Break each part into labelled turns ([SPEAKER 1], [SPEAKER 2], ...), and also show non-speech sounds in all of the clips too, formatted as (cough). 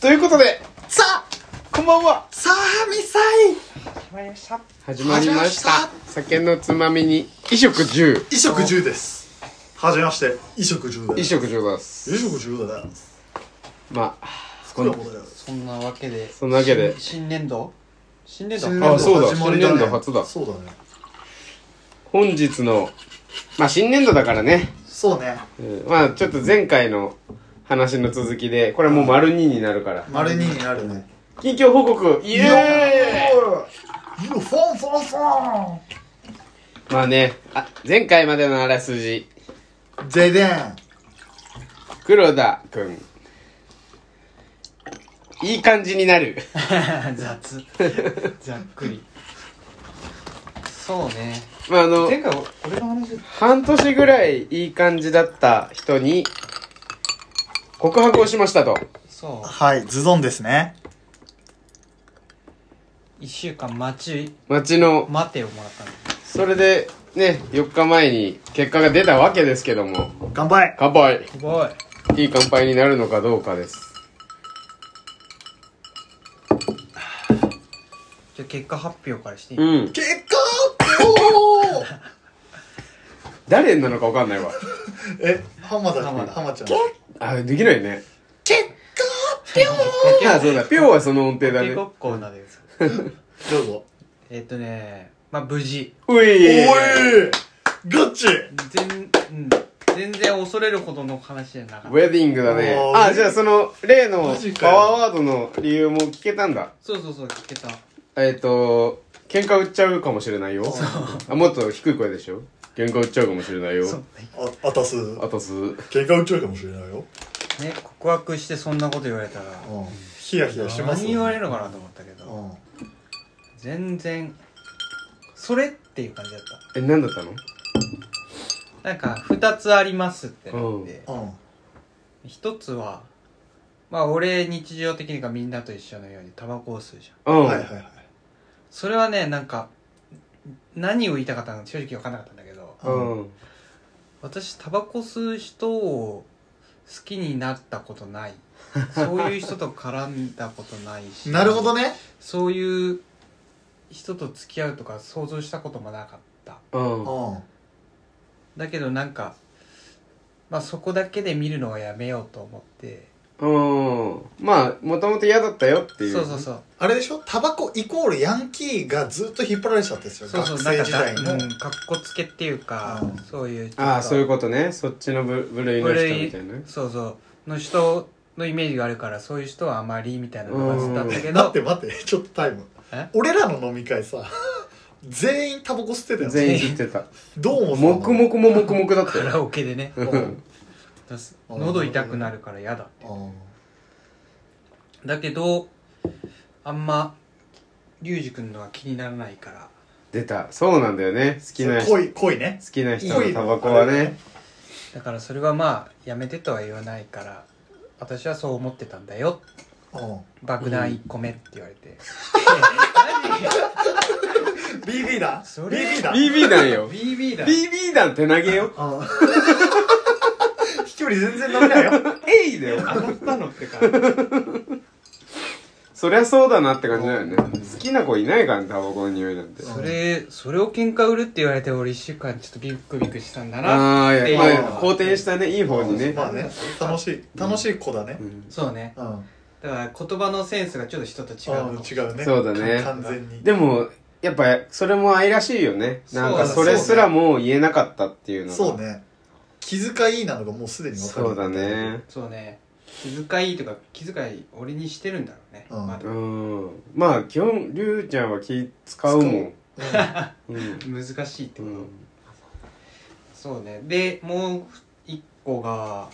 [SPEAKER 1] ということで、
[SPEAKER 2] さあ
[SPEAKER 1] こんばんは。
[SPEAKER 2] さあみさい
[SPEAKER 1] 始まりました。
[SPEAKER 3] 始まりました
[SPEAKER 2] 始まり
[SPEAKER 3] 酒のつまみに衣食住
[SPEAKER 2] 衣食住ですはじめまして衣食住だ
[SPEAKER 3] 衣
[SPEAKER 2] 衣
[SPEAKER 3] 食住です
[SPEAKER 2] 食住だね
[SPEAKER 3] まあ
[SPEAKER 2] これはもうだよ
[SPEAKER 1] そんなわけで、
[SPEAKER 3] そんなわけで
[SPEAKER 1] 新新年度新年度
[SPEAKER 2] 新
[SPEAKER 1] あ
[SPEAKER 2] 年
[SPEAKER 3] あそう
[SPEAKER 2] 度
[SPEAKER 3] だ
[SPEAKER 2] 始まりだ
[SPEAKER 3] 新
[SPEAKER 2] ね
[SPEAKER 3] 年度初だ
[SPEAKER 2] そうだね
[SPEAKER 3] 本日のまあ新年度だからね、
[SPEAKER 2] そうね
[SPEAKER 3] うんまあちょっと前回の話の続きでこれもう丸二になるから
[SPEAKER 2] 丸二になるね
[SPEAKER 3] 近況報告イエ
[SPEAKER 2] いいのフォンフォンフォン
[SPEAKER 3] ーイまあねあ前回までのあらすじ
[SPEAKER 2] ゼデン
[SPEAKER 3] 黒田くんいい感じになる
[SPEAKER 1] (laughs) 雑。ざっくり。そうね。
[SPEAKER 3] まああの
[SPEAKER 1] 前回お俺の話、
[SPEAKER 3] 半年ぐらいいい感じだった人に告白をしましたと
[SPEAKER 1] そ
[SPEAKER 2] はいズドンですね
[SPEAKER 1] う、一週間待ち、
[SPEAKER 3] 街の
[SPEAKER 1] 待てをもらったの。
[SPEAKER 3] それでね4日前に結果が出たわけですけども
[SPEAKER 2] 乾杯
[SPEAKER 3] 乾杯
[SPEAKER 1] すごい。
[SPEAKER 3] いい乾杯になるのかどうかです
[SPEAKER 1] じゃあ結果発表からしていい、
[SPEAKER 3] うん
[SPEAKER 2] 結果 (laughs) おお
[SPEAKER 3] 誰なのか分かんないわ
[SPEAKER 2] え浜田
[SPEAKER 1] 浜田
[SPEAKER 2] 浜ちゃん
[SPEAKER 3] あできないね
[SPEAKER 2] 結
[SPEAKER 3] あそうだピョーはその音程だ
[SPEAKER 1] ピ
[SPEAKER 3] ね
[SPEAKER 1] コッコーナです。
[SPEAKER 2] 果どうぞ
[SPEAKER 1] えっとね、まあ無事。
[SPEAKER 3] う
[SPEAKER 2] お
[SPEAKER 3] い
[SPEAKER 2] いガッチ
[SPEAKER 1] 全、うん、全然恐れるほどの話じゃなか
[SPEAKER 3] ウ
[SPEAKER 1] った。
[SPEAKER 3] ェディングだね
[SPEAKER 2] おー
[SPEAKER 3] あじゃあその例の
[SPEAKER 2] マジか
[SPEAKER 3] パ
[SPEAKER 2] よ
[SPEAKER 3] ワーワードの理由も聞けたんだ
[SPEAKER 1] そうそうそう、聞けた。
[SPEAKER 3] えっ、と喧嘩売っちゃうかもしれないよあもっと低い声でしょ喧嘩売っちゃうかもしれないよ
[SPEAKER 1] そう
[SPEAKER 2] ああたす
[SPEAKER 3] あとす
[SPEAKER 2] 喧嘩売っちゃうかもしれないよ
[SPEAKER 1] ね、告白してそんなこと言われたら、
[SPEAKER 2] うんヒヤヒヤしてます
[SPEAKER 1] 何言われるのかなと思ったけど、
[SPEAKER 2] うん
[SPEAKER 1] 全然それっていう感じだっ
[SPEAKER 3] え何だったの
[SPEAKER 1] たなんか2つありますってなって、
[SPEAKER 2] うん
[SPEAKER 1] 一1つはまあ俺日常的にかみんなと一緒のようにタバコを吸うじゃん
[SPEAKER 3] うん、
[SPEAKER 2] はいはいはい
[SPEAKER 1] それはねなんか何を言いたかったのか正直分かんなかったんだけど
[SPEAKER 3] うん
[SPEAKER 1] 私タバコ吸う人を好きになったことないそういう人と絡んだことないし
[SPEAKER 2] (laughs) なるほどね
[SPEAKER 1] そういう人と付き合うとか想像したこともなかった
[SPEAKER 3] うん
[SPEAKER 2] う
[SPEAKER 1] だけどなんか、まあ、そこだけで見るのはやめようと思って
[SPEAKER 3] うんまあもともと嫌だったよっていう
[SPEAKER 1] そうそうそう
[SPEAKER 2] あれでしょタバコイコールヤンキーがずっと引っ張られちゃったんですよ
[SPEAKER 1] そうそう
[SPEAKER 2] 学
[SPEAKER 1] なん
[SPEAKER 2] 生
[SPEAKER 1] か
[SPEAKER 2] 時代の、
[SPEAKER 1] だうん、かっこつけっていうか、
[SPEAKER 2] うん
[SPEAKER 1] そういう
[SPEAKER 3] ああそういう
[SPEAKER 1] こ
[SPEAKER 3] ことねそっちの部部類の人みたいなね
[SPEAKER 1] そうそうの人のイメージがあるからそういう人はあまりみたいなのが伝わった
[SPEAKER 2] 待
[SPEAKER 1] け
[SPEAKER 2] っ
[SPEAKER 1] ど
[SPEAKER 2] て待ってちょっとタイム
[SPEAKER 1] え
[SPEAKER 2] 俺らの飲み会さ全員タバコ吸ってたよね
[SPEAKER 3] 全員知ってた
[SPEAKER 2] どう思
[SPEAKER 3] (laughs)
[SPEAKER 2] っ
[SPEAKER 3] 黙
[SPEAKER 2] たの
[SPEAKER 3] 々も黙々だった
[SPEAKER 1] カ
[SPEAKER 3] よ
[SPEAKER 1] ラオケでね
[SPEAKER 2] うん
[SPEAKER 1] だす
[SPEAKER 2] あー
[SPEAKER 1] 喉痛くなるから嫌だって
[SPEAKER 2] うん
[SPEAKER 1] だけどあんまリュウジ君のは気にならないから
[SPEAKER 3] 出たそうなんだよね好きな人好
[SPEAKER 2] 恋恋ね
[SPEAKER 3] きな人のタバコはね
[SPEAKER 1] だからそれはまあやめてとは言わないから私はそう思ってたんだよ
[SPEAKER 2] うん
[SPEAKER 1] 爆弾1個目って言われて、
[SPEAKER 2] BB だ
[SPEAKER 1] (laughs) それ
[SPEAKER 2] BB だ
[SPEAKER 3] BB 弾 (laughs)
[SPEAKER 1] (laughs)
[SPEAKER 3] よ
[SPEAKER 1] BB だ
[SPEAKER 3] BB 弾手投げよ
[SPEAKER 2] うん (laughs) 飛距離全然ダメだ
[SPEAKER 1] (laughs)
[SPEAKER 2] よ
[SPEAKER 3] えいだよ
[SPEAKER 1] 当たったのってか
[SPEAKER 3] そりゃそうだなって感じだよね好きな子いないからねタバコの匂いなんて
[SPEAKER 1] それそれを喧嘩売るって言われて俺1週間ちょっとビクビクしたんだな
[SPEAKER 3] ああいや
[SPEAKER 1] っていう
[SPEAKER 3] まあ好転したねいい方にね
[SPEAKER 2] まあね楽しい楽しい子だね
[SPEAKER 3] うん
[SPEAKER 1] そうね
[SPEAKER 2] うん
[SPEAKER 1] だから言葉のセンスがちょっと人と違う
[SPEAKER 2] うん
[SPEAKER 1] の
[SPEAKER 2] 違うね
[SPEAKER 3] そうだね
[SPEAKER 2] 完全に
[SPEAKER 3] でもやっぱそれも愛らしいよねなんかそれすらも言えなかったっていうのが
[SPEAKER 2] そうね気遣いなのがもうすでに分かる
[SPEAKER 3] そうだね
[SPEAKER 1] そうね気遣いとか気遣い俺にしてるんだろうね、
[SPEAKER 2] うん
[SPEAKER 1] まだ
[SPEAKER 3] うんまあ基本りゅうちゃんは気使うもん
[SPEAKER 2] うん
[SPEAKER 3] うん、
[SPEAKER 1] 難しいって
[SPEAKER 3] う
[SPEAKER 1] こと、
[SPEAKER 3] ん、
[SPEAKER 1] そうねでもう一個が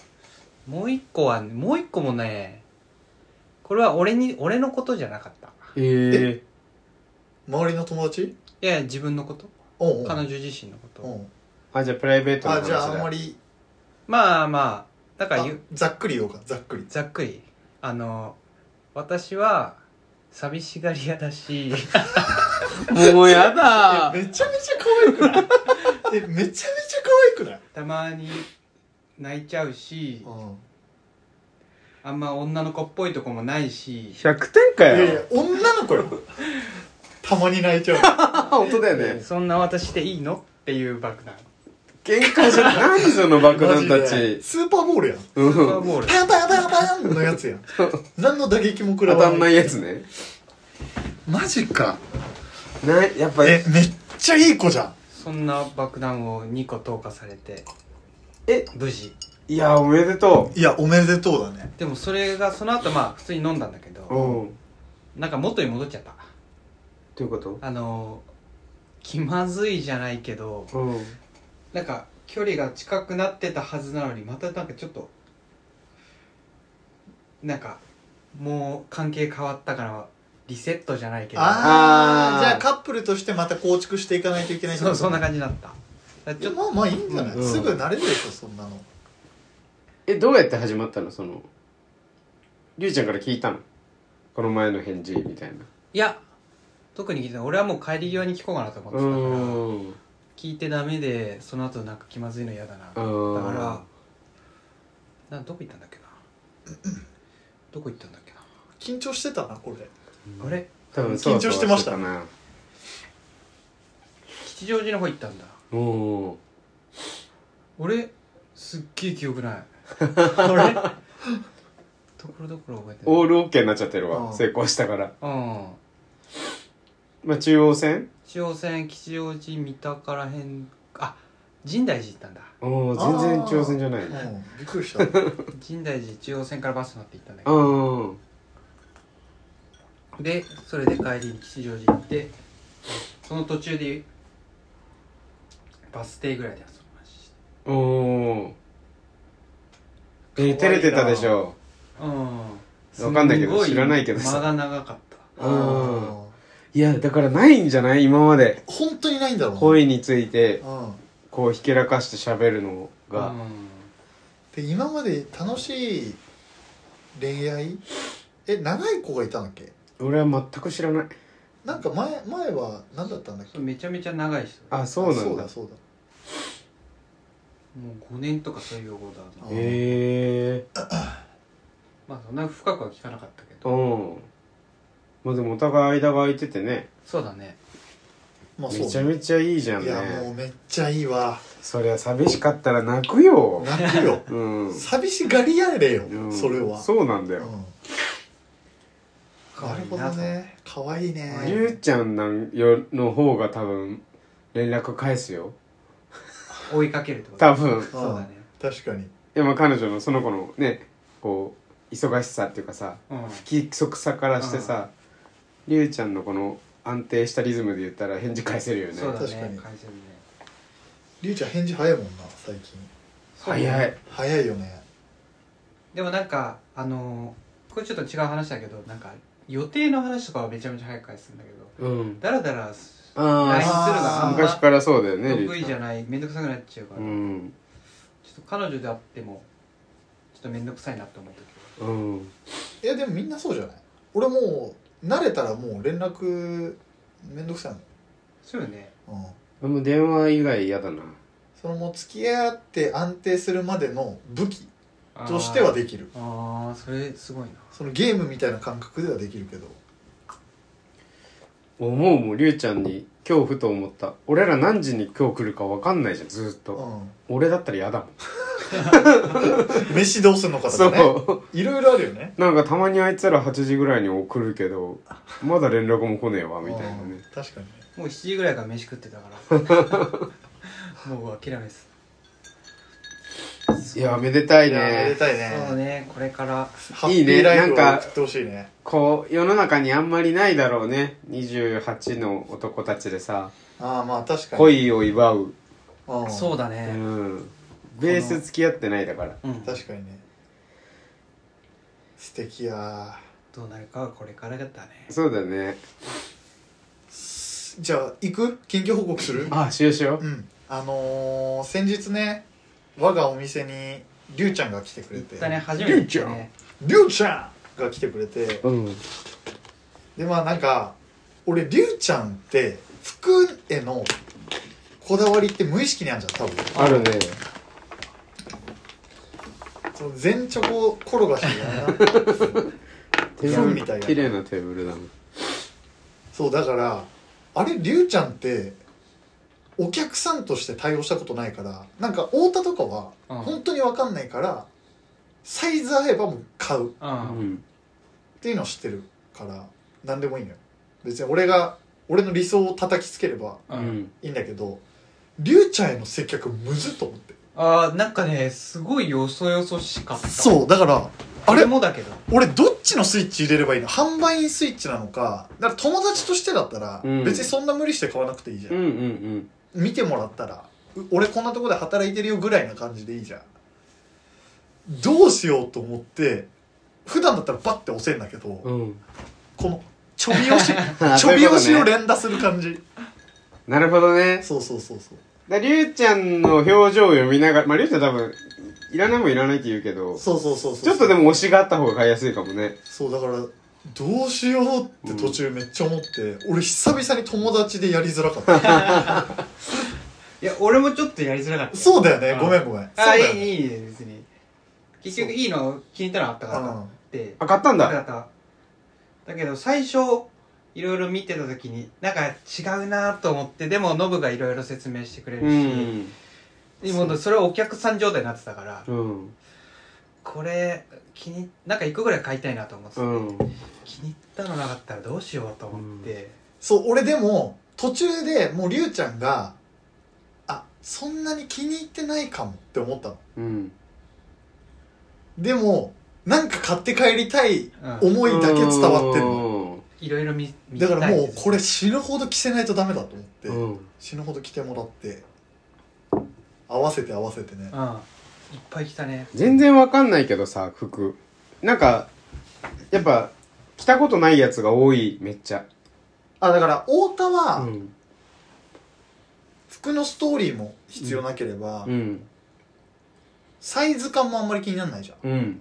[SPEAKER 1] もう一個はもう一個もねこれは俺に俺のことじゃなかった
[SPEAKER 3] へえ
[SPEAKER 2] 周りの友達
[SPEAKER 1] いやいや自分のこと
[SPEAKER 2] おうおう
[SPEAKER 1] 彼女自身のこと、
[SPEAKER 2] うん
[SPEAKER 3] あじゃあプライベートの
[SPEAKER 2] あ
[SPEAKER 3] 話
[SPEAKER 2] じ
[SPEAKER 3] だ
[SPEAKER 2] ゃああんまり
[SPEAKER 1] まあまあだから言う
[SPEAKER 2] あざっくり言おうかざっくり
[SPEAKER 1] ざっくりあの私は寂しがり屋だし
[SPEAKER 3] (laughs) もうやだ
[SPEAKER 2] (laughs) えめちゃめちゃ可愛くない (laughs) えめちゃめちゃ可愛くない
[SPEAKER 1] たまに泣いちゃうし
[SPEAKER 2] うん
[SPEAKER 1] あんま女の子っぽいとこもないし
[SPEAKER 3] 100点か
[SPEAKER 2] いやいや
[SPEAKER 3] よ。
[SPEAKER 2] 女の子よたまに泣いちゃ
[SPEAKER 3] あ、本当だよ (laughs) ね。
[SPEAKER 1] そんな私でいいのっていう爆弾
[SPEAKER 3] 喧嘩じゃ、何その
[SPEAKER 2] う
[SPEAKER 3] 爆弾
[SPEAKER 2] マ
[SPEAKER 3] た
[SPEAKER 2] ジで
[SPEAKER 3] ち。
[SPEAKER 2] スーパーボールやん
[SPEAKER 3] う
[SPEAKER 1] スーパー
[SPEAKER 3] ん。
[SPEAKER 1] ボール
[SPEAKER 2] パンパンパンパンのやつやん何の打撃も食ら
[SPEAKER 3] 当
[SPEAKER 2] わな
[SPEAKER 3] た
[SPEAKER 2] い
[SPEAKER 3] んないやつね。
[SPEAKER 2] マジか
[SPEAKER 3] ない、やっぱ、
[SPEAKER 2] えめっちゃいい子じゃん
[SPEAKER 1] そんな爆弾を2個投下されて
[SPEAKER 3] え
[SPEAKER 1] 無事
[SPEAKER 3] いや、おめでと
[SPEAKER 2] いやおめでとうだね
[SPEAKER 1] でもそれがその後まあ普通に飲んだんだけ
[SPEAKER 3] う。
[SPEAKER 1] ど
[SPEAKER 3] うん。
[SPEAKER 1] なんか元に戻っちゃった
[SPEAKER 3] どういうこ
[SPEAKER 1] あの気まずいじゃないけど
[SPEAKER 3] とうん。
[SPEAKER 1] なんか距離が近くなってたはずなのにまたなんかちょっとなんかもう関係変わったからリセットじゃないけど
[SPEAKER 2] あ
[SPEAKER 3] あ
[SPEAKER 2] あ
[SPEAKER 3] ー
[SPEAKER 2] じゃあカップルとしてまた構築していかないといけない
[SPEAKER 1] そうそんな
[SPEAKER 2] 感
[SPEAKER 1] 感じだっただからちょっと
[SPEAKER 2] まあまあいいんじゃない、
[SPEAKER 3] うん
[SPEAKER 2] すぐ慣れるでしょそんなの
[SPEAKER 3] え、どうやって始まったのその、りゅうちゃんから聞いたのこの前の返事、みたいな。
[SPEAKER 1] いや特に聞いてない俺はもう帰り際に聞こうかなと思って
[SPEAKER 3] う
[SPEAKER 1] たから
[SPEAKER 3] ん。
[SPEAKER 1] 聞いてダメでその後なんか気まずいの嫌だなだから
[SPEAKER 3] うん
[SPEAKER 1] なんどこ行ったんだっけなどこ行ったんだっけな
[SPEAKER 2] 緊張してたなこれ
[SPEAKER 1] あれ
[SPEAKER 3] 多分そう
[SPEAKER 2] 緊張してました
[SPEAKER 3] な。
[SPEAKER 1] 吉祥寺の方行ったんだ
[SPEAKER 3] おー
[SPEAKER 1] 俺すっげえ記憶ないあれところどころ覚えてない
[SPEAKER 3] オールオッケーになっちゃってる
[SPEAKER 2] う
[SPEAKER 3] わ。
[SPEAKER 2] ん
[SPEAKER 3] 成功したから。
[SPEAKER 1] うん
[SPEAKER 3] まあ、中央線
[SPEAKER 1] 中央線吉祥寺三鷹らへんあ深大寺行ったんだ
[SPEAKER 3] おお
[SPEAKER 2] あー
[SPEAKER 3] 全然中央線じゃな
[SPEAKER 2] う
[SPEAKER 3] い
[SPEAKER 2] んびっくりした
[SPEAKER 1] 深大寺中央線からバス乗って行ったんだけ
[SPEAKER 3] う
[SPEAKER 1] ど
[SPEAKER 3] んうん
[SPEAKER 1] でそれで帰りに吉祥寺行ってその途中でバス停ぐらいで遊びまし
[SPEAKER 3] おおえー照れてたでしょ
[SPEAKER 1] たうん
[SPEAKER 3] わかんないけど
[SPEAKER 1] すご
[SPEAKER 3] 知らないけどさ
[SPEAKER 1] 間が長かった
[SPEAKER 2] あー
[SPEAKER 3] いやだからないんじゃない今まで
[SPEAKER 2] 本当にないんだろうね
[SPEAKER 3] 恋について
[SPEAKER 2] うん
[SPEAKER 3] こうひけらかして喋るの
[SPEAKER 1] う
[SPEAKER 3] が
[SPEAKER 1] ん
[SPEAKER 2] で今まで楽しい恋愛え長い子がいたんだっけ
[SPEAKER 3] 俺は全く知らない
[SPEAKER 2] なんか前前は何だったんだっけ
[SPEAKER 1] めちゃめちゃ長い人
[SPEAKER 3] あそうな
[SPEAKER 2] あそ
[SPEAKER 3] ん
[SPEAKER 2] う
[SPEAKER 3] だ
[SPEAKER 2] だそうだ
[SPEAKER 1] もう5年とかそういうことだ
[SPEAKER 2] あ
[SPEAKER 1] な
[SPEAKER 3] へえ
[SPEAKER 1] まあそんな深くは聞かなかったけど
[SPEAKER 3] うんまあでもお互い間が空いててね
[SPEAKER 1] そうだね
[SPEAKER 2] まあそう
[SPEAKER 3] め
[SPEAKER 2] ね
[SPEAKER 3] ちゃめちゃいいじゃん
[SPEAKER 2] いやも
[SPEAKER 3] ね
[SPEAKER 2] うめっちゃいいわ
[SPEAKER 3] そりゃ寂しかったら泣くよ
[SPEAKER 2] 泣くよ
[SPEAKER 3] うん
[SPEAKER 2] 寂しがりやれよ、
[SPEAKER 3] うん
[SPEAKER 2] それは
[SPEAKER 3] そうなんだ
[SPEAKER 2] う
[SPEAKER 3] よ
[SPEAKER 2] んなるほどね可愛いね
[SPEAKER 1] うん
[SPEAKER 3] りゅうちゃんなんよの方が多分連絡返すよ
[SPEAKER 1] 追いかけるってこと
[SPEAKER 3] 多分い
[SPEAKER 1] そうだね
[SPEAKER 2] 確かに
[SPEAKER 3] やまあ彼女のその子のねこう忙しさっていうかさ
[SPEAKER 1] うん
[SPEAKER 3] 不規則さからしてさりゅうちゃんのこの安定したリズムで言ったら返事返せるよね
[SPEAKER 1] そうだね
[SPEAKER 2] 確かに
[SPEAKER 1] 返せるね
[SPEAKER 2] りゅうちゃん返事早いもんな最近
[SPEAKER 3] 早い
[SPEAKER 2] 早いよね
[SPEAKER 1] でもなんかあのーこれちょっと違う話だけどなんか予定の話とかはめちゃめちゃ早く返すんだけど
[SPEAKER 3] うん
[SPEAKER 1] だらだらす
[SPEAKER 3] あ
[SPEAKER 1] LINE するのが
[SPEAKER 3] あ
[SPEAKER 1] あん
[SPEAKER 3] 昔
[SPEAKER 1] ま
[SPEAKER 3] からそうだよね
[SPEAKER 1] 得意じゃ
[SPEAKER 3] ん
[SPEAKER 1] ないめんどくさくなっちゃうから、
[SPEAKER 3] う
[SPEAKER 1] ちょ
[SPEAKER 3] ん
[SPEAKER 1] っと彼女であってもちょっとめんどくさいなって思う時
[SPEAKER 3] うん
[SPEAKER 2] いやでもみんなそうじゃない俺もう慣れたらもう連絡めんどくさい
[SPEAKER 1] そうよね
[SPEAKER 2] もん、うん、
[SPEAKER 3] でも電話以外嫌だな
[SPEAKER 2] そのもう付き合って安定するまでの武器としてはできる
[SPEAKER 1] あーあーそれすごいな
[SPEAKER 2] そのゲームみたいな感覚ではできるけど
[SPEAKER 3] 思うもんりゅうちゃんに今日ふと思った俺ら何時に今日来るか分かんないじゃんずーっと
[SPEAKER 2] う
[SPEAKER 3] 俺だったら嫌だもん
[SPEAKER 2] ん飯どうすんのかと
[SPEAKER 3] そ
[SPEAKER 2] かね
[SPEAKER 3] う
[SPEAKER 2] いろいろあるよね
[SPEAKER 3] なんかたまにあいつら8時ぐらいに送るけどまだ連絡も来ねえわみたいな
[SPEAKER 2] う
[SPEAKER 3] ね
[SPEAKER 2] ん確かにね
[SPEAKER 1] もう7時ぐらいから飯食ってたから (laughs) もう諦めです
[SPEAKER 3] いやめでたい
[SPEAKER 2] いやめで
[SPEAKER 3] ね
[SPEAKER 2] たい
[SPEAKER 1] そう
[SPEAKER 2] ね
[SPEAKER 1] ねこれから
[SPEAKER 2] ハッピーライフを送ってほしいね
[SPEAKER 3] こう世の中にあんまりないだろうね28の男たちでさ
[SPEAKER 2] ああまあ確かに
[SPEAKER 3] 恋を祝う、
[SPEAKER 2] うん
[SPEAKER 1] そうだ
[SPEAKER 3] う
[SPEAKER 1] ね
[SPEAKER 3] ん、ベース付き合ってないだから
[SPEAKER 1] うん
[SPEAKER 2] 確かにね素敵や
[SPEAKER 1] どうなるかはこれからだったね
[SPEAKER 3] そうだね
[SPEAKER 2] じゃあ行く近況報告する
[SPEAKER 3] あしようしよ
[SPEAKER 2] うんあのー、先日ね我がお店にりゅうちゃんが来てくれ
[SPEAKER 1] 行ってたね初め
[SPEAKER 3] りゅう
[SPEAKER 1] て
[SPEAKER 3] ちゃ
[SPEAKER 1] 行っ
[SPEAKER 3] ん
[SPEAKER 1] たね
[SPEAKER 2] りゅうちゃんが来てくれて
[SPEAKER 3] ううん
[SPEAKER 2] でまあなんか俺りゅうちゃんって服へのこだわりって無意識にあるじゃん多分
[SPEAKER 3] あるね
[SPEAKER 2] その全チョコ転がしみたいな
[SPEAKER 1] (laughs)
[SPEAKER 3] テ
[SPEAKER 2] フン
[SPEAKER 3] ー
[SPEAKER 2] み
[SPEAKER 3] ブ
[SPEAKER 2] たい
[SPEAKER 3] ル
[SPEAKER 2] な
[SPEAKER 3] 綺麗なテーブルだもん
[SPEAKER 2] そうだからあれ龍ちゃんってお客さんとして対応したことないからなんか太田とかは
[SPEAKER 1] うん
[SPEAKER 2] 本当に分かんないから、サイズ合えばもう買うっ
[SPEAKER 1] うん、
[SPEAKER 3] うん
[SPEAKER 2] ていうのを知ってるから何でもいいのよ別に俺が俺の理想を叩きつければ
[SPEAKER 1] う
[SPEAKER 3] うんん
[SPEAKER 2] いいんだけど龍ちゃんへの接客むずっと思って
[SPEAKER 1] ああなんかねすごいよそよそしかったう
[SPEAKER 2] そうだからあ
[SPEAKER 1] あ
[SPEAKER 2] れ
[SPEAKER 1] れもだけど
[SPEAKER 2] 俺どっちのスイッチ入れればいいの販売員スイッチなのかだから友達としてだったら
[SPEAKER 3] うん
[SPEAKER 2] 別にそんな無理して買わなくていいじゃん
[SPEAKER 3] うんうん
[SPEAKER 2] 見てもらったらう俺こんなとこで働いてるよぐらいな感じでいいじゃんどうしようと思って普段だったらパッて押せんだけど、
[SPEAKER 3] うんうん
[SPEAKER 2] このちょび押し (laughs)
[SPEAKER 3] あ
[SPEAKER 2] ち
[SPEAKER 3] そ
[SPEAKER 2] ょ
[SPEAKER 3] う
[SPEAKER 2] び
[SPEAKER 3] いうことね
[SPEAKER 2] 押しを連打する感じ
[SPEAKER 3] なるほどね
[SPEAKER 2] そうそうそうそう
[SPEAKER 3] だりゅうちゃんの表情を読みながら、まあ、りゅうちゃん多分、いらないもんいらないって言うけど、
[SPEAKER 2] そうそうそうそう
[SPEAKER 3] ちょっとでも推しがあった方が買いやすいかもね。
[SPEAKER 2] そうだからどうしようって途中めっちゃ思って、俺久々に友達でやりづらかった
[SPEAKER 1] いや俺もちょっとやりづらかった
[SPEAKER 2] そうだよ
[SPEAKER 1] う
[SPEAKER 2] ね
[SPEAKER 1] ん
[SPEAKER 2] ごめんごめん
[SPEAKER 1] ああ
[SPEAKER 2] そうだよ
[SPEAKER 1] い
[SPEAKER 2] ね
[SPEAKER 1] いいい別に結局いいの気に入ったらあったか
[SPEAKER 2] う
[SPEAKER 1] ら
[SPEAKER 2] ん
[SPEAKER 1] って
[SPEAKER 3] あ、買ったん
[SPEAKER 1] だ
[SPEAKER 3] だ。
[SPEAKER 1] っただけど最初いろいろ見てた時になんか違うなと思ってでもノブがいろいろ説明してくれる
[SPEAKER 3] う
[SPEAKER 1] し、
[SPEAKER 3] ん。
[SPEAKER 1] 今度それはお客さん状態になってたから
[SPEAKER 3] うん。
[SPEAKER 1] これ気になんか一個ぐらい買いたいなと思ってて、
[SPEAKER 3] うん。
[SPEAKER 1] 気に入ったのなかったらどうしようと思って、
[SPEAKER 2] そう俺でも途中でもうりゅうちゃんがあそんなに気に入ってないかもって思ったの
[SPEAKER 3] うん。
[SPEAKER 2] でもなんか買って帰りたい
[SPEAKER 1] うん
[SPEAKER 2] 思いだけ伝わってるの
[SPEAKER 1] いろいろ見見
[SPEAKER 2] だから
[SPEAKER 1] たい
[SPEAKER 2] も
[SPEAKER 1] で
[SPEAKER 2] う
[SPEAKER 1] す
[SPEAKER 2] これ死ぬほど着せないとダメだと思って、
[SPEAKER 3] うん。うん。
[SPEAKER 2] 死ぬほど着てもらって合わせて合わせてね
[SPEAKER 1] うんいっぱい来たね
[SPEAKER 3] 全然わかんないけどさ、服。なんか、やっぱ、着たことないやつが多い、めっちゃ。
[SPEAKER 2] あだから太田
[SPEAKER 3] う
[SPEAKER 2] は
[SPEAKER 3] ん。
[SPEAKER 2] 服のストーリーも必要なければ、
[SPEAKER 3] うん。
[SPEAKER 2] サイズ感もあんまり気にならないじゃん
[SPEAKER 3] うん。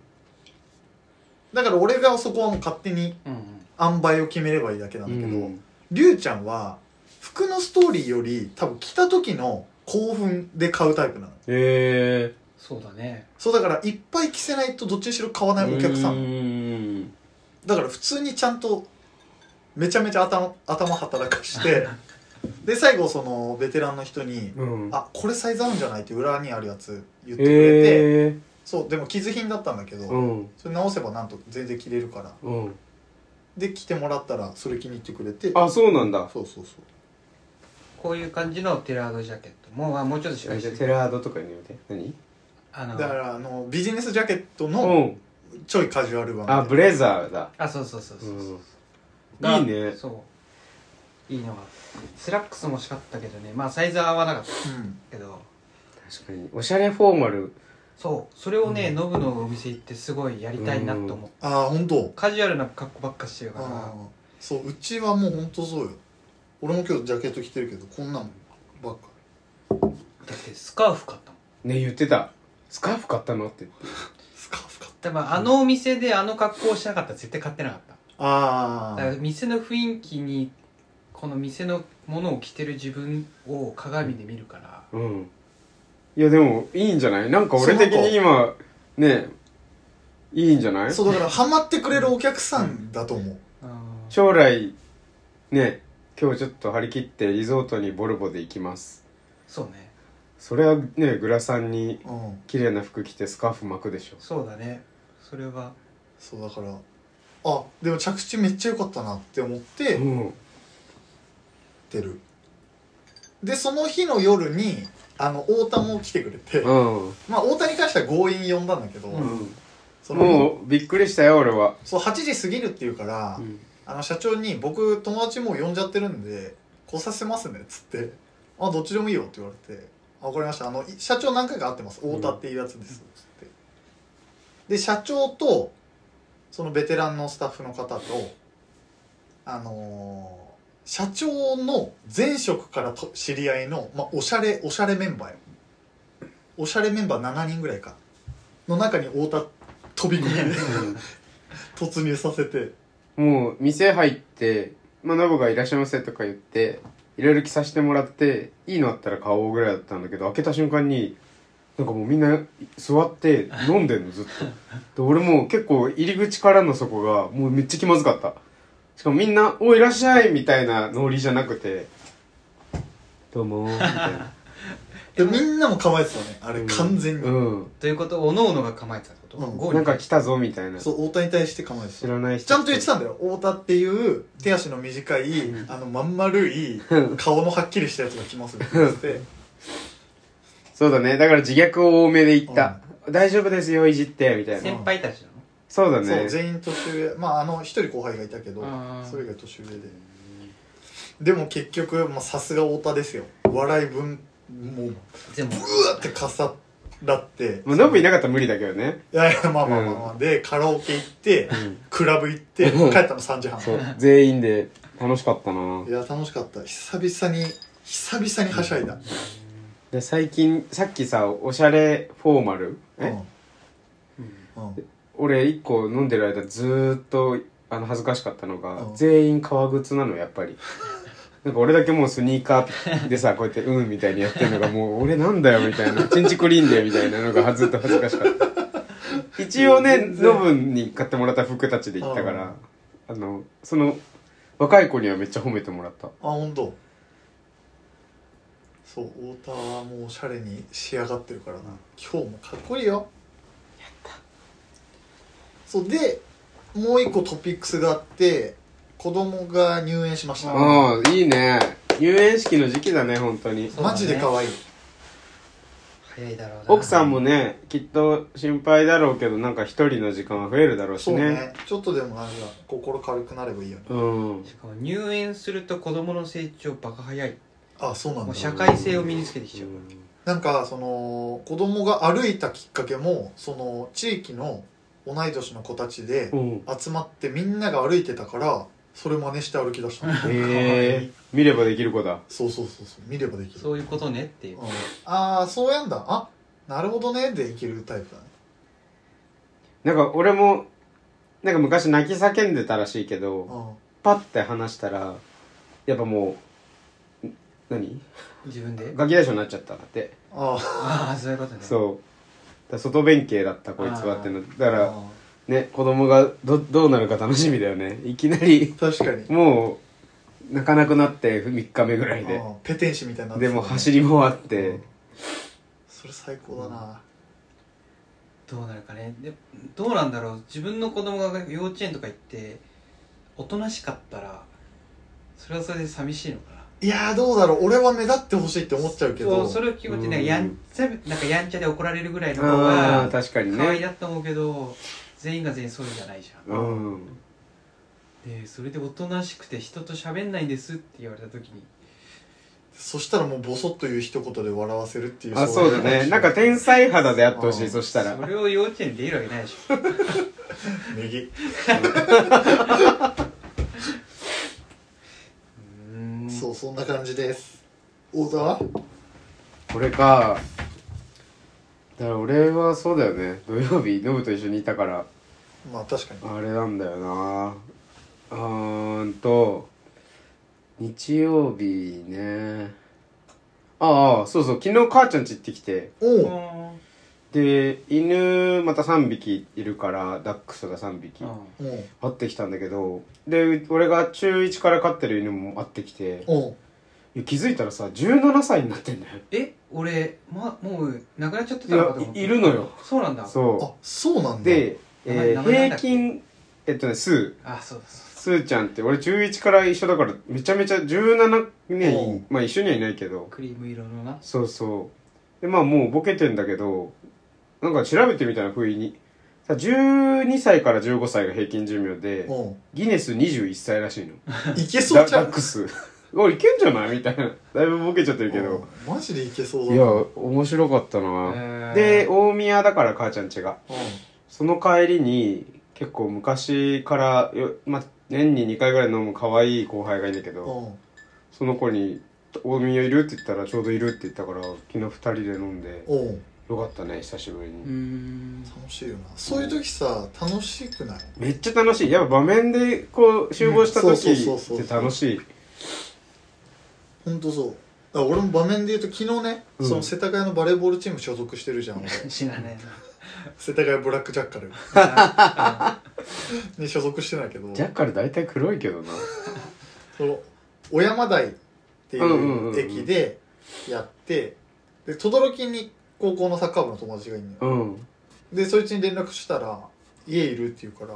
[SPEAKER 2] だから俺がそこはもう勝手に
[SPEAKER 1] うんうん
[SPEAKER 2] 塩梅を決めればいいだけなんだけど、
[SPEAKER 3] うん
[SPEAKER 2] りゅうちゃんは服のストーリーより多分着た時の興奮で買うタイプなの
[SPEAKER 3] え
[SPEAKER 1] そうだね
[SPEAKER 2] そうだからいっぱい着せないとどっちにしろ買わ
[SPEAKER 3] ー。
[SPEAKER 2] ないお客さん
[SPEAKER 3] うん。
[SPEAKER 2] だから普通にちゃんとめちゃめちゃ頭頭働かして
[SPEAKER 3] (laughs)
[SPEAKER 2] で最後そのベテランの人に
[SPEAKER 3] うん
[SPEAKER 2] 「あこれサイズ合うんじゃない?」って裏にあるやつ言ってくれて、
[SPEAKER 3] えー。
[SPEAKER 2] そうでも傷品だったんだけど、
[SPEAKER 3] うん。
[SPEAKER 2] それ直せばなんと全然着れるから
[SPEAKER 3] うん。
[SPEAKER 2] で着てもらったらそれ気に入ってくれて
[SPEAKER 3] あ、そうなんだ。
[SPEAKER 2] そうそうそう
[SPEAKER 1] こういう感じのテラードジャケットもうあもうちょっとしかして
[SPEAKER 3] テラードとかにみて何
[SPEAKER 1] あの
[SPEAKER 2] だからあのビジネスジャケットの
[SPEAKER 3] うん
[SPEAKER 2] ちょいカジュアル版
[SPEAKER 3] あブレザーだ
[SPEAKER 1] あそうそうそうそうそう、
[SPEAKER 3] うんいいね
[SPEAKER 1] そういいのがスラックスも欲しかったけどねまあサイズは合わなかった
[SPEAKER 2] うん
[SPEAKER 1] けど
[SPEAKER 3] 確かにおしゃれフォーマル
[SPEAKER 1] そうそれをね、ノブのお店行ってすごいやりたいなと思って、
[SPEAKER 2] ああ本当
[SPEAKER 1] カジュアルな格好ばっかしてるから
[SPEAKER 2] あーそううちはもうほんとそうよ俺も今日ジャケット着てるけどこんなもんばっか
[SPEAKER 1] だってスカーフ買ったもん
[SPEAKER 3] ね言ってたスカーフ買ったのって
[SPEAKER 2] スカーフか
[SPEAKER 1] 多分あのお店であの格好をしなかったら絶対買ってなかった
[SPEAKER 2] あ
[SPEAKER 1] だか
[SPEAKER 2] あ
[SPEAKER 1] ら店の雰囲気にこの店のものを着てる自分を鏡で見るから、
[SPEAKER 3] うんいやでもいいんじゃないなんか俺的に今ねいいんじゃない
[SPEAKER 2] そうだからハマってくれるお客さんだと思う、
[SPEAKER 1] うん
[SPEAKER 3] 将来ね今日ちょっと張り切ってリゾートにボルボで行きます
[SPEAKER 1] そうね
[SPEAKER 3] それはねグラさんに
[SPEAKER 2] うん
[SPEAKER 3] 綺麗な服着てスカーフ巻くでしょ
[SPEAKER 1] そうだねそれは
[SPEAKER 2] そうだからあでも着地めっちゃ良かったなって思って
[SPEAKER 3] うん
[SPEAKER 2] てる、でその日の夜にあの太田も来てくれて、
[SPEAKER 3] うん
[SPEAKER 2] まあ太田に関しては強引呼んだんだけど、
[SPEAKER 1] うん
[SPEAKER 2] その
[SPEAKER 3] もうびっくりしたよ俺は
[SPEAKER 2] そう8時過ぎるっていうから、
[SPEAKER 3] うん
[SPEAKER 2] あの社長に「僕友達もう呼んじゃってるんで来させますね」っつって「あどっちでもいいよ」って言われて「あ分かりましたあのい社長何回か会ってます
[SPEAKER 3] うん
[SPEAKER 2] 太田っていうやつです」っつってで社長とそのベテランのスタッフの方とあのー社長の前職からと知り合いの、まあ、おしゃれおしゃれメンバーよおしゃれメンバー7人ぐらいかの中に太田飛び込んで突入させて
[SPEAKER 3] もう店入って、まあ、ノブが「いらっしゃいませ」とか言っていろいろ着させてもらっていいのあったら買おうぐらいだったんだけど開けた瞬間になんかもうみんな座って飲んでんのずっとで俺もう結構入り口からのそこがもうめっちゃ気まずかったしかもみんな「おいらっしゃい」みたいなノリじゃなくて「どうも」みたいな
[SPEAKER 2] でみんなも構えてたねあれ完全に、
[SPEAKER 3] うん
[SPEAKER 1] ということおのおのが構えてたってこと、
[SPEAKER 2] うん
[SPEAKER 1] ゴール
[SPEAKER 3] なんか来たぞみたいな
[SPEAKER 2] そう太田に対して構えて
[SPEAKER 3] 知
[SPEAKER 2] た
[SPEAKER 3] らない人
[SPEAKER 2] ちゃんと言ってたんだよ太田っていう手足の短いあのまん丸い顔のはっきりしたやつが来ますって言って
[SPEAKER 3] そうだねだから自虐を多めで言った、大丈夫ですよいじってみたいな
[SPEAKER 1] 先輩たちなの
[SPEAKER 3] そうだ
[SPEAKER 2] そう
[SPEAKER 3] ね
[SPEAKER 2] 全員年上まああの一人後輩がいたけど
[SPEAKER 1] あー
[SPEAKER 2] それ以外年上ででも結局まあさすが太田ですよ笑い分もうブ
[SPEAKER 1] 全部
[SPEAKER 2] ワーってかさらって
[SPEAKER 3] まあノブいなかったら無理だけどね
[SPEAKER 2] いやいやまあまあまあまあでカラオケ行ってクラブ行って帰ったの3時半
[SPEAKER 3] そう全員で楽しかったない
[SPEAKER 2] や楽しかった久々に久々にはしゃいだ
[SPEAKER 3] で最近さっきさおしゃれフォーマルえ、
[SPEAKER 2] うんうん
[SPEAKER 3] 俺一個飲んでる間ずーっとあの恥ずかしかったのが、
[SPEAKER 2] うん
[SPEAKER 3] 全員革靴なのやっ (laughs) ぱりなんか俺だけもうスニーカーでさこうやって「うん」みたいにやってるのがもう俺なんだよみたいな「チンチクリーンで」みたいなのがずっと恥ずかしかった一応ねノブに買ってもらった服たちで行ったから、あのその若い子にはめっちゃ褒めてもらった
[SPEAKER 2] あ本当。そう太田はもうおしゃれに仕上がってるからな今日もかっこいいよやったそうでもう一個トピックスがあって子供が入園しました
[SPEAKER 3] ああいいね入園式の時期だね本当に
[SPEAKER 2] マジで可愛い
[SPEAKER 1] 早いだろうな
[SPEAKER 3] 奥さんもねきっと心配だろうけどなんか一人の時間は増えるだろうし
[SPEAKER 2] そう
[SPEAKER 3] ね
[SPEAKER 2] ねちょっとでもなんか心軽くなればいいよね
[SPEAKER 3] うん
[SPEAKER 1] しかも入園すると子供の成長バカ早い
[SPEAKER 2] あそうなん
[SPEAKER 1] も
[SPEAKER 2] だ
[SPEAKER 1] う社会性を身につけてきちゃう
[SPEAKER 2] なんかその子供が歩いたきっかけもその地域の同い年の子たちで
[SPEAKER 3] うん
[SPEAKER 2] 集まってみんなが歩いてたからそれ真似して歩き出したの
[SPEAKER 3] へえ見ればできる子だ
[SPEAKER 2] そうそうそうそう見ればできる
[SPEAKER 1] そういうことねっていう
[SPEAKER 2] うんああそうやんだあなるほどねでいけるタイプだね
[SPEAKER 3] なんか俺もなんか昔泣き叫んでたらしいけど
[SPEAKER 2] う
[SPEAKER 3] パッて話したらやっぱもうん何
[SPEAKER 1] 自分で
[SPEAKER 3] ガキ大将になっちゃったんだって
[SPEAKER 2] んあー
[SPEAKER 1] ああそういうことねう
[SPEAKER 3] そうだから外弁慶だったこいつはってのだから
[SPEAKER 2] あ
[SPEAKER 3] ね子供がどどうなるか楽しみだよねいきなり
[SPEAKER 2] ー確かに
[SPEAKER 3] もう泣かなくなって3日目ぐらいで
[SPEAKER 2] あーペテン師みたいになって
[SPEAKER 3] で
[SPEAKER 2] たね
[SPEAKER 3] も走り回っ
[SPEAKER 2] う
[SPEAKER 3] て
[SPEAKER 2] んそれ最高だな
[SPEAKER 1] どうなるかねでどうなんだろう自分の子供が幼稚園とか行っておとなしかったらそれはそれで寂しいのかない
[SPEAKER 2] やーどうだろう俺は目立ってほしいって思っちゃうけ
[SPEAKER 1] そ
[SPEAKER 2] ど
[SPEAKER 1] うそれを聞くとね
[SPEAKER 3] うん
[SPEAKER 1] やん全部なんかやんちゃで怒られるぐらいの方
[SPEAKER 3] ああ
[SPEAKER 1] が
[SPEAKER 3] 確かに
[SPEAKER 1] 可愛い
[SPEAKER 3] ね
[SPEAKER 1] だと思うけど全員が全員そうじゃないじゃん
[SPEAKER 3] うん
[SPEAKER 1] でそれでおとなしくて人と喋んないんですって言われた時に
[SPEAKER 2] そしたらもうボソッという一言で笑わせるっていう
[SPEAKER 3] あそうだねなんか天才肌であってほし
[SPEAKER 2] う
[SPEAKER 3] い
[SPEAKER 2] ん
[SPEAKER 3] そしたら
[SPEAKER 1] それを幼稚園で言えるわけないでしょ
[SPEAKER 2] 右
[SPEAKER 1] うーん
[SPEAKER 2] そうそんな感じです小沢
[SPEAKER 3] これかだから俺はそうだよね土曜日ノブと一緒にいたから
[SPEAKER 2] まあ確かに
[SPEAKER 3] あれなんだよなうーんと日曜日ねああそうそう昨日母ちゃん家行ってきて
[SPEAKER 2] おう
[SPEAKER 1] うん
[SPEAKER 3] で犬また3匹いるからダックスが3匹
[SPEAKER 2] おう
[SPEAKER 3] 会ってきたんだけどで俺が中1から飼ってる犬も会ってきて
[SPEAKER 2] おう
[SPEAKER 3] いや気づいたらさ17歳になってんだよ
[SPEAKER 1] え俺、ま、もうなくなっちゃって
[SPEAKER 3] い
[SPEAKER 1] たのか
[SPEAKER 3] や
[SPEAKER 1] と思った
[SPEAKER 3] いいるのよ
[SPEAKER 1] そうなんだ
[SPEAKER 2] あ
[SPEAKER 3] そ
[SPEAKER 2] そうなん
[SPEAKER 3] う
[SPEAKER 2] だ
[SPEAKER 3] で、えー
[SPEAKER 1] 名前なんだ
[SPEAKER 3] 平
[SPEAKER 1] っけ
[SPEAKER 3] 均えっとねスー
[SPEAKER 1] あそうです
[SPEAKER 3] スーちゃんって俺中1から一緒だからめちゃめちゃ17
[SPEAKER 2] おう
[SPEAKER 3] 年まあ一緒にはいないけど
[SPEAKER 1] クリーム色のな
[SPEAKER 3] そうそうでまあもうボケてんだけどなんか調べてみたら不意にさ12歳から15歳が平均寿命で
[SPEAKER 2] おう
[SPEAKER 3] ギネス21歳らしいの
[SPEAKER 2] いけそ
[SPEAKER 3] ダ
[SPEAKER 2] うじゃ
[SPEAKER 3] ダ
[SPEAKER 2] ん
[SPEAKER 3] ックス (laughs) おいいけんじゃないみたいなだいぶボケちゃってるけど
[SPEAKER 2] うんマジでいけそうだ
[SPEAKER 3] いや面白かったなで
[SPEAKER 1] で
[SPEAKER 3] 大宮だから母ちゃん家がその帰りに結構昔からよ、まあ、年に2回ぐらい飲む可愛い後輩がいるんだけ
[SPEAKER 2] う
[SPEAKER 3] ど
[SPEAKER 2] んうん
[SPEAKER 3] その子に「大宮いる?」って言ったらちょうどいるって言ったから昨日2人で飲んで
[SPEAKER 2] おう
[SPEAKER 3] よかったね久しぶりに、
[SPEAKER 1] うーん
[SPEAKER 2] 楽しいよなそういう時さ楽しくない
[SPEAKER 3] めっちゃ楽しいやっぱ場面でこう集合した
[SPEAKER 2] うん
[SPEAKER 3] 時
[SPEAKER 2] そうそうそうそう
[SPEAKER 3] って楽しい
[SPEAKER 2] ほんとそうだから俺も場面で言うと昨日ね、
[SPEAKER 3] うん
[SPEAKER 2] その世田谷のバレーボールチーム所属してるじゃん俺
[SPEAKER 1] 知らね
[SPEAKER 2] 世田谷ブラックジャッカル
[SPEAKER 1] えな
[SPEAKER 2] に所属してないけど
[SPEAKER 3] ジャッカル大体黒いけどな
[SPEAKER 2] その小山台ってい
[SPEAKER 3] んうんうんう
[SPEAKER 2] うん駅でやってで轟に高校のサッカー部の友達がいるのよ
[SPEAKER 3] うん
[SPEAKER 2] でそいつに連絡したら「家いる?」って言うから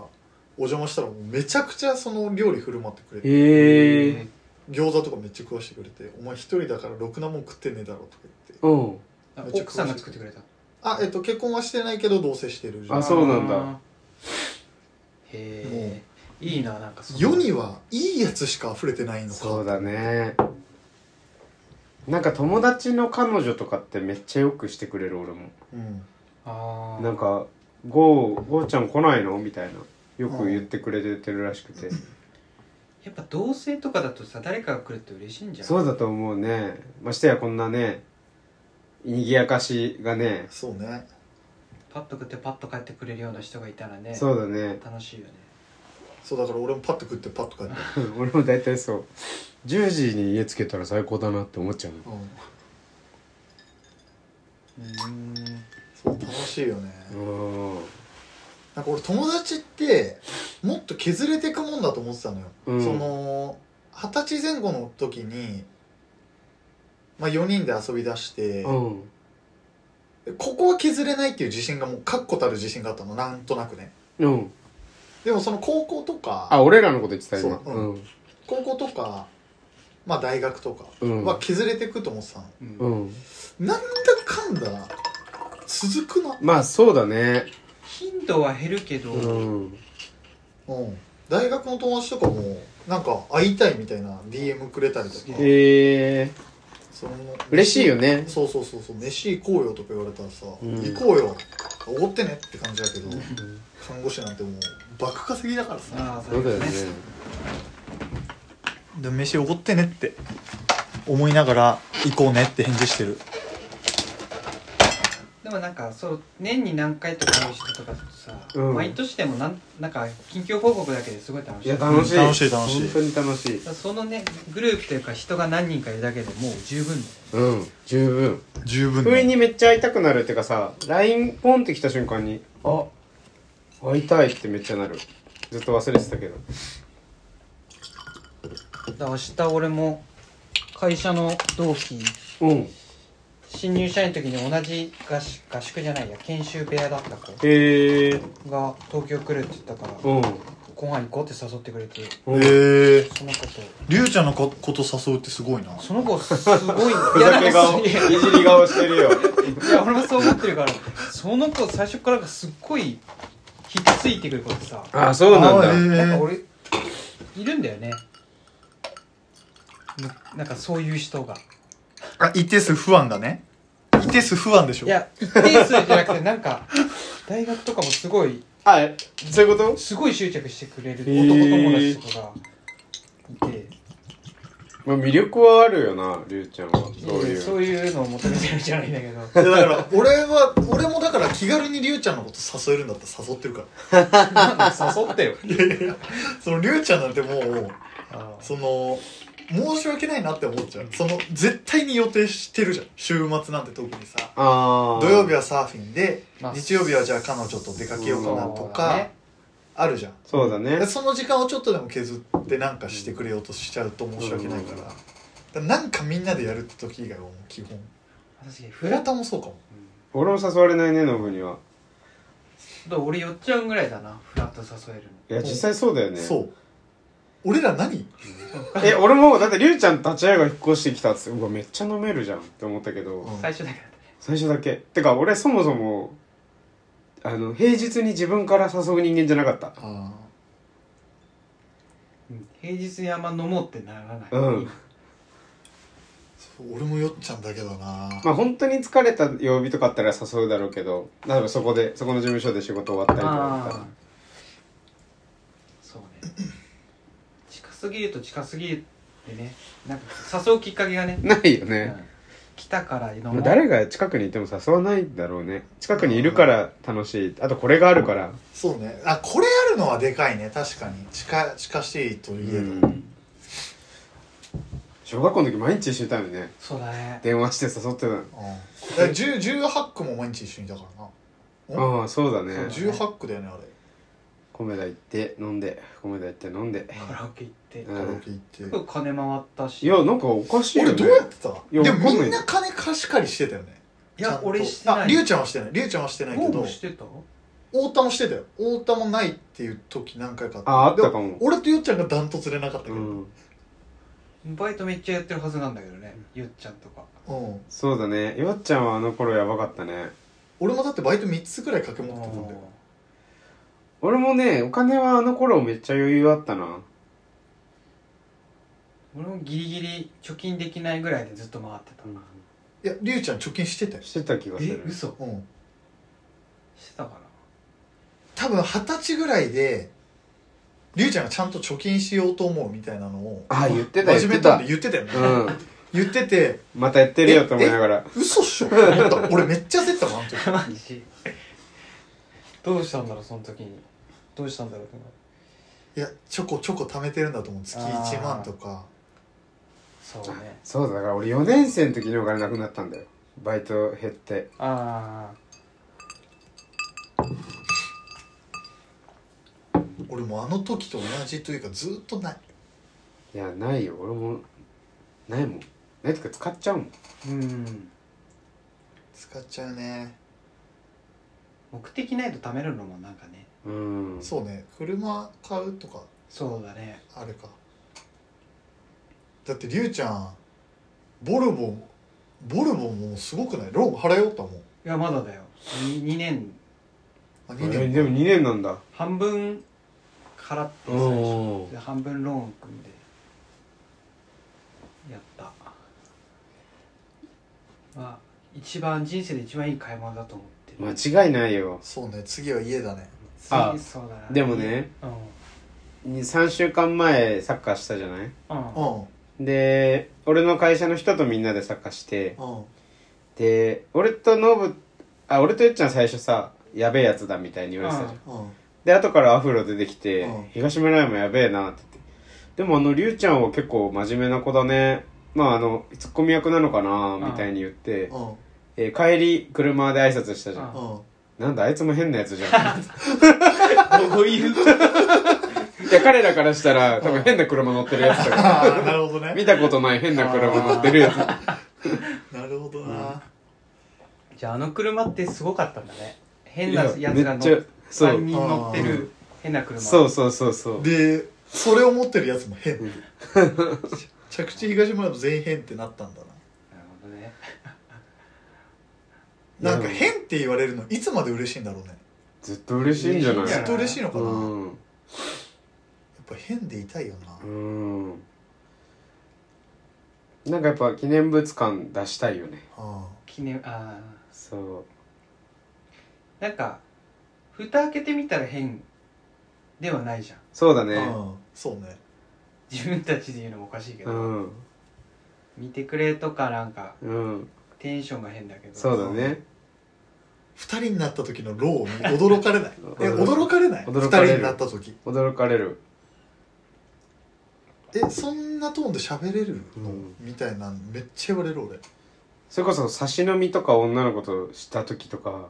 [SPEAKER 2] お邪魔したらもうめちゃくちゃその料理振る舞ってくれて
[SPEAKER 3] へえ
[SPEAKER 2] 餃子とかめっちゃ食わしてくれて「お前一人だからろくなもん食ってねえだろ」とか言って
[SPEAKER 3] うん
[SPEAKER 1] あ奥さんが作ってくれた
[SPEAKER 2] あえっと結婚はしてないけど同棲してるじゃ
[SPEAKER 3] あ
[SPEAKER 2] ん
[SPEAKER 3] そうなんだ
[SPEAKER 1] へえいいななんかその
[SPEAKER 2] 世にはいいやつしか溢れてないのか
[SPEAKER 3] そうだねなんか友達の彼女とかってめっちゃよくしてくれる俺も
[SPEAKER 2] うん
[SPEAKER 1] あ
[SPEAKER 3] なん
[SPEAKER 1] か
[SPEAKER 3] か「ゴーゴーちゃん来ないの?」みたいなよく言ってくれてるらしくて
[SPEAKER 1] やっぱ同棲とかだとさ誰かが来るって嬉しいんじゃん
[SPEAKER 3] そうだと思うねましてやこんなね賑やかしがね
[SPEAKER 2] そうね
[SPEAKER 1] パッと食ってパッと帰ってくれるような人がいたらね
[SPEAKER 3] そうだね
[SPEAKER 1] 楽しいよね
[SPEAKER 2] そうだから俺もパッと食ってパッと帰って、
[SPEAKER 3] (laughs) 俺も大体そう10時に家つけたら最高だなって思っちゃうの
[SPEAKER 2] うん、
[SPEAKER 1] うーん
[SPEAKER 2] そう楽しいよね、
[SPEAKER 3] うん
[SPEAKER 2] なんか俺友達ってもっと削れていくもんだと思ってたのよ、
[SPEAKER 3] うん
[SPEAKER 2] その二十歳前後の時に、まあ、4人で遊び出して、
[SPEAKER 3] うん
[SPEAKER 2] ここは削れないっていう自信がもう確固たる自信があったのなんとなくね
[SPEAKER 3] うん
[SPEAKER 2] でもその高校と
[SPEAKER 3] あ
[SPEAKER 2] か
[SPEAKER 3] 俺らのこと言ってた今
[SPEAKER 2] そうううん高校とかまあ大学とか
[SPEAKER 3] うん
[SPEAKER 2] は削れていくと思ってたの、
[SPEAKER 1] うん
[SPEAKER 3] うん
[SPEAKER 2] なんだかんだ続くな
[SPEAKER 3] まあそうだね
[SPEAKER 1] 頻度は減るけど、
[SPEAKER 3] うん
[SPEAKER 2] うん大学の友達とかもなんか会いたいみたいな DM くれたりとか
[SPEAKER 1] すげ
[SPEAKER 3] へえ
[SPEAKER 2] その
[SPEAKER 3] 嬉しいよね
[SPEAKER 2] そうそうそうそう飯行こうよとか言われたらさ、
[SPEAKER 3] うん
[SPEAKER 2] 行こうよおごってねって感じだけど看護師なんてもうバカ稼ぎだからさ
[SPEAKER 1] ああ
[SPEAKER 3] そうだよね
[SPEAKER 2] で飯おごってねって思いながら行こうねって返事してる
[SPEAKER 1] でもなんかそう年に何回とか会う人とかだとさ、
[SPEAKER 3] うん
[SPEAKER 1] 毎年でもなんなんか緊急報告だけですごい楽し
[SPEAKER 3] い
[SPEAKER 1] い
[SPEAKER 3] や楽しい
[SPEAKER 2] うん楽しい楽しい
[SPEAKER 3] 本当に楽しい
[SPEAKER 1] そのねグループというか人が何人かいるだけでもう十分だよ
[SPEAKER 3] うん十分
[SPEAKER 2] 十分だ
[SPEAKER 3] 不意にめっちゃ会いたくなるっていうかさ LINE ポンって来た瞬間にあ会いたいってめっちゃなるずっと忘れてたけど
[SPEAKER 1] だから明日俺も会社の同期
[SPEAKER 3] うんへ
[SPEAKER 1] 新入社員の時に同じ合宿合宿じゃないや研修部屋だった子
[SPEAKER 3] え
[SPEAKER 1] が東京来るって言ったから
[SPEAKER 3] うん
[SPEAKER 1] ご飯行こうって誘ってくれて
[SPEAKER 3] うん
[SPEAKER 2] へえ
[SPEAKER 1] そのこと
[SPEAKER 2] りゅうちゃんのここと誘うってすごいな
[SPEAKER 1] その子すごい
[SPEAKER 3] (laughs) ふざけ顔
[SPEAKER 1] い
[SPEAKER 3] い
[SPEAKER 1] やなんか
[SPEAKER 3] じり顔してるよ
[SPEAKER 1] いや俺もそう思ってるからその子最初からがすっごいひっついてくる子でさ
[SPEAKER 3] あそう
[SPEAKER 2] あ
[SPEAKER 3] なんだ
[SPEAKER 1] なんか
[SPEAKER 2] へえ
[SPEAKER 1] 俺いるんだよねむなんかそういう人が
[SPEAKER 2] あ一定数不安だね一定数不安でしょ
[SPEAKER 1] いや一定数じゃなくてなんか大学とかもすごい
[SPEAKER 3] あえそういうこと
[SPEAKER 1] すごい執着してくれる男友達とかがいて
[SPEAKER 3] まあ魅力はあるよなりゅうちゃんはそういう
[SPEAKER 1] そういうのを求めてるんじゃないんだけど
[SPEAKER 2] いやだから俺は俺もだから気軽にりゅうちゃんのこと誘えるんだったら誘ってるから
[SPEAKER 1] 誘ってよ
[SPEAKER 2] そのりゅうちゃんなんてもう
[SPEAKER 1] あ
[SPEAKER 2] その申し訳ないなって思っちゃうその絶対に予定してるじゃん週末なんて特にさ
[SPEAKER 3] ああ
[SPEAKER 2] 土曜日はサーフィンで、
[SPEAKER 1] まあ
[SPEAKER 2] 日曜日はじゃあ彼女と出かけようかなと
[SPEAKER 1] そうだ
[SPEAKER 2] か
[SPEAKER 1] ね
[SPEAKER 2] あるじゃん
[SPEAKER 3] そうだね
[SPEAKER 2] でその時間をちょっとでも削ってなんかしてくれようとしちゃうと申し訳ないから,、だからなんかみんなでやるって時以外はもう基本
[SPEAKER 1] 私フ
[SPEAKER 2] 平
[SPEAKER 1] ラット
[SPEAKER 2] 田もそうかも
[SPEAKER 3] 俺も誘われないねノブには
[SPEAKER 1] 俺よっちゃんぐらいだなフラット誘える
[SPEAKER 3] いや実際そうだよね
[SPEAKER 2] そう俺ら何
[SPEAKER 3] え俺もだってりゅうちゃん立ち会いが引っ越してきたっつってうわめっちゃ飲めるじゃんって思ったけど、
[SPEAKER 2] うん
[SPEAKER 1] の最初だから
[SPEAKER 3] 最初だけてか俺そもそもあの平日に自分から誘う人間じゃなかった
[SPEAKER 2] あ
[SPEAKER 1] 平日にあんま飲もうってならない、
[SPEAKER 3] うん
[SPEAKER 2] ー俺もよっちゃんだけどな
[SPEAKER 3] まあ本当に疲れた曜日とかあったら誘うだろうけど例えばそこでそこの事務所で仕事終わったりとかだった
[SPEAKER 1] あ
[SPEAKER 3] ら
[SPEAKER 1] あそうね近すぎると近すぎるでねなんか誘うきっかけがね、
[SPEAKER 3] ないよ
[SPEAKER 1] う
[SPEAKER 3] ね、
[SPEAKER 1] ん、来たから飲
[SPEAKER 3] もう
[SPEAKER 1] もう
[SPEAKER 3] 誰が近くにいても誘わないんだろうね近くにいるから楽しいあとこれがあるから
[SPEAKER 2] そうねあこれあるのはでかいね確かに近近しいといえど、
[SPEAKER 3] うん小学校の時毎日一緒にいたのにね
[SPEAKER 1] そうだね
[SPEAKER 3] 電話して誘ってたの
[SPEAKER 2] だから10 18区も毎日一緒にいたからな
[SPEAKER 3] ああそうだね
[SPEAKER 2] そう18区だよねあれ
[SPEAKER 3] 米田行って飲んで米田行って飲んで
[SPEAKER 1] カラオケ行って
[SPEAKER 3] う
[SPEAKER 1] よ
[SPEAKER 2] カラオ
[SPEAKER 3] ん
[SPEAKER 2] ケ行って、
[SPEAKER 1] く金回ったし
[SPEAKER 3] いやなんかおかしいよ
[SPEAKER 2] 俺
[SPEAKER 3] ね
[SPEAKER 2] どうやってた
[SPEAKER 3] いや
[SPEAKER 2] で
[SPEAKER 3] わかんない
[SPEAKER 2] もみんな金貸し借りしてたよね
[SPEAKER 1] い
[SPEAKER 2] ちゃん
[SPEAKER 1] や
[SPEAKER 2] と
[SPEAKER 1] 俺してな
[SPEAKER 2] あ
[SPEAKER 1] い
[SPEAKER 2] りゅうちゃんはしてないりゅうちゃんはしてないけ
[SPEAKER 1] ゴー
[SPEAKER 2] ど
[SPEAKER 1] ルしてた
[SPEAKER 2] 太田もしてたよ太田もないっていう時何回かあった
[SPEAKER 3] ああったかも
[SPEAKER 2] で俺とよっちゃんがダントツでなかったけ
[SPEAKER 3] う
[SPEAKER 2] ど、うん
[SPEAKER 3] ん
[SPEAKER 1] バイトめっちゃやってるはずなんだけどねゆっちゃんとか
[SPEAKER 3] そうだねよっちゃんはあの頃やばかったね
[SPEAKER 2] 俺もだってバイト3つぐらい掛け持ってたんだよ
[SPEAKER 3] 俺もねお金はあの頃めっちゃ余裕あったな
[SPEAKER 1] 俺もギリギリ貯金できないぐらいでずっと回ってたな、
[SPEAKER 2] いやりゅうちゃん貯金してたよ、
[SPEAKER 3] してた気がす
[SPEAKER 1] え
[SPEAKER 3] る
[SPEAKER 1] 嘘
[SPEAKER 2] うん、
[SPEAKER 1] してたかな
[SPEAKER 2] 多分二十歳ぐらいでりゅうちゃんがちゃんと貯金しようと思うみたいなのを
[SPEAKER 3] あ言ってた言
[SPEAKER 2] 真
[SPEAKER 3] っ
[SPEAKER 2] 面目
[SPEAKER 3] て
[SPEAKER 2] な
[SPEAKER 3] た
[SPEAKER 2] んで言ってたよね、
[SPEAKER 3] うん
[SPEAKER 2] 言ってて
[SPEAKER 3] またやってるよと思いながら
[SPEAKER 2] 嘘っし (laughs) ょって思った俺めっちゃ焦ったもんあの時
[SPEAKER 1] マジ (laughs) どうしたんだろうその時にどうしたんだろうって
[SPEAKER 2] いやちょこちょこ貯めてるんだと思う月1万とか
[SPEAKER 1] そうね
[SPEAKER 3] そうだだから俺4年生の時にお金なくなったんだよバイト減って
[SPEAKER 1] あ
[SPEAKER 2] 俺もうあの時と同じというかずっとない
[SPEAKER 3] いやないよ俺もないもんないとか使っちゃうもん
[SPEAKER 1] あうん
[SPEAKER 2] 使っちゃうね
[SPEAKER 1] 目的ないと貯めるのもなんかね
[SPEAKER 3] うん
[SPEAKER 2] そうね車買うとか
[SPEAKER 1] そうだね
[SPEAKER 2] あれかだってりゅうちゃんボルボボルボもうすごくないローン払いよったもん
[SPEAKER 1] いやまだだよ 2, 2年
[SPEAKER 2] あ
[SPEAKER 3] え
[SPEAKER 2] 2
[SPEAKER 3] ー
[SPEAKER 2] 年
[SPEAKER 3] でも2年なんだ
[SPEAKER 1] 半分払って最初
[SPEAKER 3] お
[SPEAKER 1] で半分ローン組んでやったまあ一番人生で一番いい買い物だと思ってる、
[SPEAKER 3] 間違いないよ
[SPEAKER 2] そうね次は家だね
[SPEAKER 1] 次
[SPEAKER 3] あ
[SPEAKER 1] そうだな
[SPEAKER 3] でもね
[SPEAKER 1] うん
[SPEAKER 3] に3週間前サッカーしたじゃない
[SPEAKER 1] うん
[SPEAKER 2] う
[SPEAKER 1] うん
[SPEAKER 2] ん
[SPEAKER 3] で俺の会社の人とみんなでサッカーして
[SPEAKER 2] うん
[SPEAKER 3] で俺とノブあ俺とよっちゃん最初さやべえやつだみたいに言われてたじゃん
[SPEAKER 2] うん
[SPEAKER 3] で後からアフロ出てきて、
[SPEAKER 2] うん
[SPEAKER 3] 東村山やべえなって言ってでもあのりゅうちゃんは結構真面目な子だねまああのツッコミ役なのかなみたいに言って、
[SPEAKER 2] うん
[SPEAKER 3] えー帰り車で挨拶したじゃん、
[SPEAKER 1] う
[SPEAKER 2] うん
[SPEAKER 3] なんだあいつも変なやつじゃんどう (laughs) いういや彼らからしたら多分変な車乗ってるやつとか
[SPEAKER 2] ああなるほどね
[SPEAKER 3] 見たことない変な車乗ってるやつ
[SPEAKER 2] なるほどな
[SPEAKER 1] じゃああの車ってすごかったんだね変
[SPEAKER 3] い
[SPEAKER 1] な
[SPEAKER 3] や
[SPEAKER 1] やつが
[SPEAKER 3] めっ
[SPEAKER 1] 乗
[SPEAKER 3] ちゃ
[SPEAKER 1] っ
[SPEAKER 3] そ
[SPEAKER 1] 3
[SPEAKER 3] う
[SPEAKER 1] 人乗って
[SPEAKER 2] う
[SPEAKER 1] る変な車
[SPEAKER 3] そうそうそうそう
[SPEAKER 2] でそれを持ってるやつも変着地東村と全員変ってなったんだ
[SPEAKER 1] なるほどね
[SPEAKER 2] ななんか
[SPEAKER 3] いや
[SPEAKER 2] 変って言われるのいつまで嬉しいんだろうね
[SPEAKER 3] ずっと嬉しいんじゃない
[SPEAKER 1] や
[SPEAKER 2] ずっと嬉しいのか
[SPEAKER 3] う
[SPEAKER 2] な、やっ
[SPEAKER 3] ん
[SPEAKER 2] ぱ変でいたいよな、
[SPEAKER 3] うんなんかやっぱ記念物館出したいよね
[SPEAKER 2] あ
[SPEAKER 1] 記念あ
[SPEAKER 3] そう
[SPEAKER 1] ーなんか蓋開けてみたら変ではないじゃん
[SPEAKER 3] そうだ
[SPEAKER 2] あ、
[SPEAKER 3] ね
[SPEAKER 2] うんそうね
[SPEAKER 1] 自分たちで言うのもおかしいけ
[SPEAKER 3] う
[SPEAKER 1] ど、
[SPEAKER 3] ん
[SPEAKER 1] 見てくれとかなんか
[SPEAKER 3] うん
[SPEAKER 1] テンションが変だけど
[SPEAKER 3] そうだね
[SPEAKER 2] 二人になった時のローに驚かれない
[SPEAKER 3] (laughs) うん
[SPEAKER 2] え驚かれない二
[SPEAKER 3] 驚かれる
[SPEAKER 2] 人になった時
[SPEAKER 3] 驚かれる
[SPEAKER 2] えそんなトーンで喋れるの、
[SPEAKER 3] うん
[SPEAKER 2] みたいなのめっちゃ言われる俺
[SPEAKER 3] それこそ差し飲みとか女の子とした時とか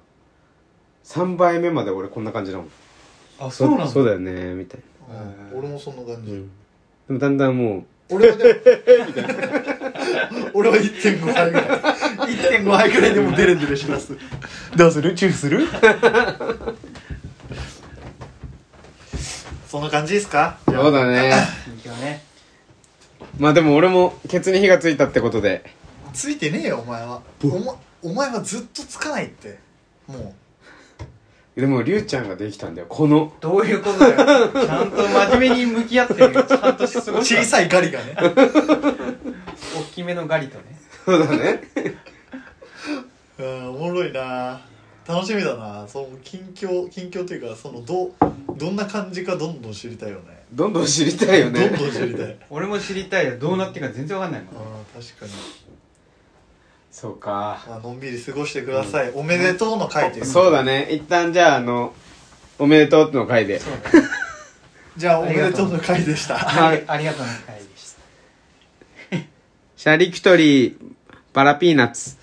[SPEAKER 3] 3杯目まで俺こんな感じだもん
[SPEAKER 1] あそうなんだ
[SPEAKER 3] そうだよねみたい
[SPEAKER 1] うん
[SPEAKER 2] うん俺もそんな感
[SPEAKER 3] な、う
[SPEAKER 2] じ、
[SPEAKER 3] ん、でもだんだんも
[SPEAKER 2] 俺はでも俺は1.5杯ぐらい1.5杯ぐらいでもデレデレしますどうするチューする (laughs) そんな感じですか
[SPEAKER 3] うそうだね
[SPEAKER 1] 人気はね
[SPEAKER 3] まあでも俺もケツに火がついたってことで
[SPEAKER 2] ついてねえよお前はお,、ま、お前はずっとつかないっても
[SPEAKER 3] でもりゅうちゃんができたんだよこの
[SPEAKER 1] どういうことだよ (laughs) ちゃんと真面目に向き合ってるよちゃん
[SPEAKER 2] う
[SPEAKER 1] と過ごし
[SPEAKER 2] 小
[SPEAKER 1] た
[SPEAKER 2] さいガリが
[SPEAKER 3] (laughs)
[SPEAKER 2] ね
[SPEAKER 1] 大きめのガリとね
[SPEAKER 3] そうだね
[SPEAKER 2] うんおもろいな楽しみだなその近況近況というかそのどうどんな感じかどんどん知りたいよね
[SPEAKER 3] どんどん知りたいよね
[SPEAKER 2] どんどん知りたいうん
[SPEAKER 1] 俺も知りたいよどうなってるか全然わかんないもん
[SPEAKER 2] 確かに
[SPEAKER 3] そうか
[SPEAKER 2] まあのんびり過ごしてください、おめでとうの会ということで
[SPEAKER 3] そうだね一旦じゃああのおめでとうの回で
[SPEAKER 1] そうだね (laughs)
[SPEAKER 2] じゃあおめでとうの会でした
[SPEAKER 1] ありありがとうございます
[SPEAKER 3] シャリクトリー、パラピーナッツ。